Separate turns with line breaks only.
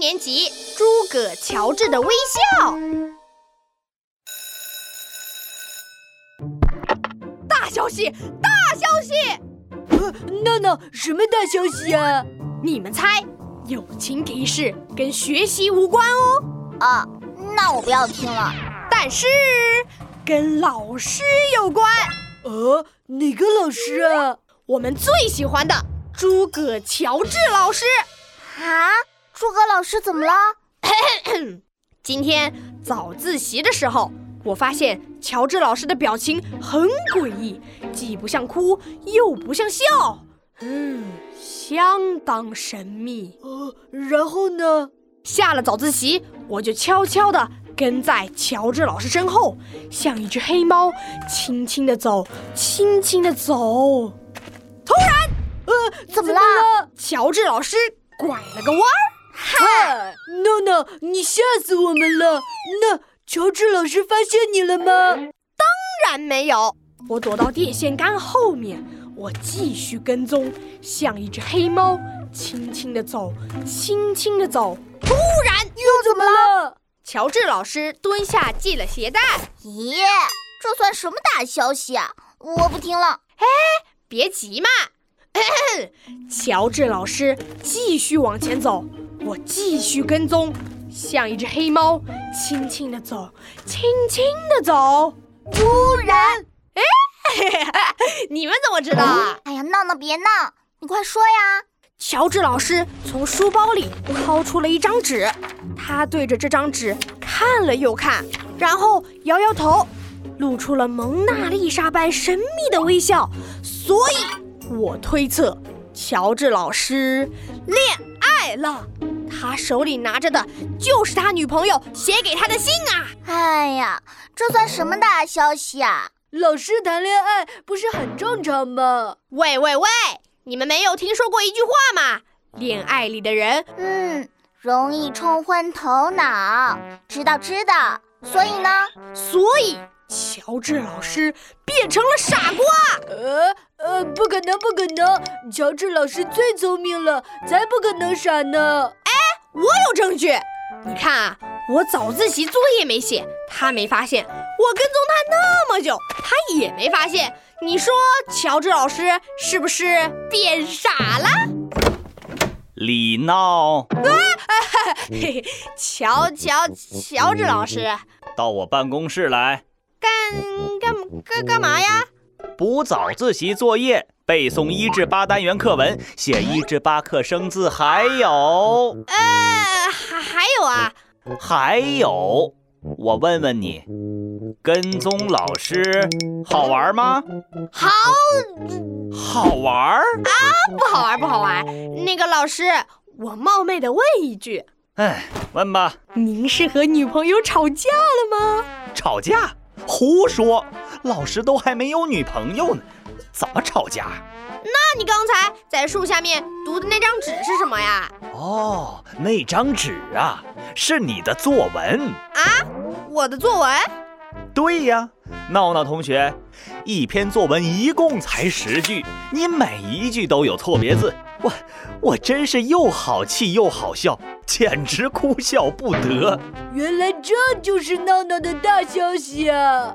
篇集《诸葛乔治的微笑》。
大消息！大消息！
呃，闹闹，什么大消息啊？
你们猜，友情提示跟学习无关哦。
啊，那我不要听了。
但是跟老师有关。
呃、啊，哪个老师啊？
我们最喜欢的诸葛乔治老师。
啊，诸葛老师怎么了？
今天早自习的时候，我发现乔治老师的表情很诡异，既不像哭，又不像笑，嗯，相当神秘。
呃，然后呢？
下了早自习，我就悄悄地跟在乔治老师身后，像一只黑猫，轻轻地走，轻轻地走。突然，
呃，
怎么了？
乔治老师。拐了个弯儿，
哈！
闹闹，你吓死我们了！那乔治老师发现你了吗？
当然没有，我躲到电线杆后面，我继续跟踪，像一只黑猫，轻轻地走，轻轻地走。突然，
又怎么了？
乔治老师蹲下系了鞋带。
咦，这算什么大消息啊！我不听了。
哎，别急嘛。 乔治老师继续往前走，我继续跟踪，像一只黑猫，轻轻地走，轻轻地走。
突然，
哎， 你们怎么知道啊？
哎呀，闹闹别闹，你快说呀！
乔治老师从书包里掏出了一张纸，他对着这张纸看了又看，然后摇摇头，露出了蒙娜丽莎般神秘的微笑。所以。我推测，乔治老师恋爱了，他手里拿着的就是他女朋友写给他的信啊！
哎呀，这算什么大消息啊！
老师谈恋爱不是很正常吗？
喂喂喂，你们没有听说过一句话吗？恋爱里的人，
嗯，容易冲昏头脑。知道知道，所以呢？
所以。乔治老师变成了傻瓜。
呃呃，不可能，不可能！乔治老师最聪明了，才不可能傻呢。
哎，我有证据。你看啊，我早自习作业没写，他没发现；我跟踪他那么久，他也没发现。你说乔治老师是不是变傻了？
李闹。
啊，嘿嘿，乔乔乔治老师，
到我办公室来。
干干干干嘛呀？
补早自习作业，背诵一至八单元课文，写一至八课生字，还有……
呃，还还有啊？
还有，我问问你，跟踪老师好玩吗？
好，
好玩啊？
不好玩，不好玩。那个老师，我冒昧的问一句，
哎，问吧。
您是和女朋友吵架了吗？
吵架？胡说！老师都还没有女朋友呢，怎么吵架？
那你刚才在树下面读的那张纸是什么呀？
哦，那张纸啊，是你的作文
啊！我的作文？
对呀，闹闹同学，一篇作文一共才十句，你每一句都有错别字，我我真是又好气又好笑。简直哭笑不得！
原来这就是闹闹的大消息啊！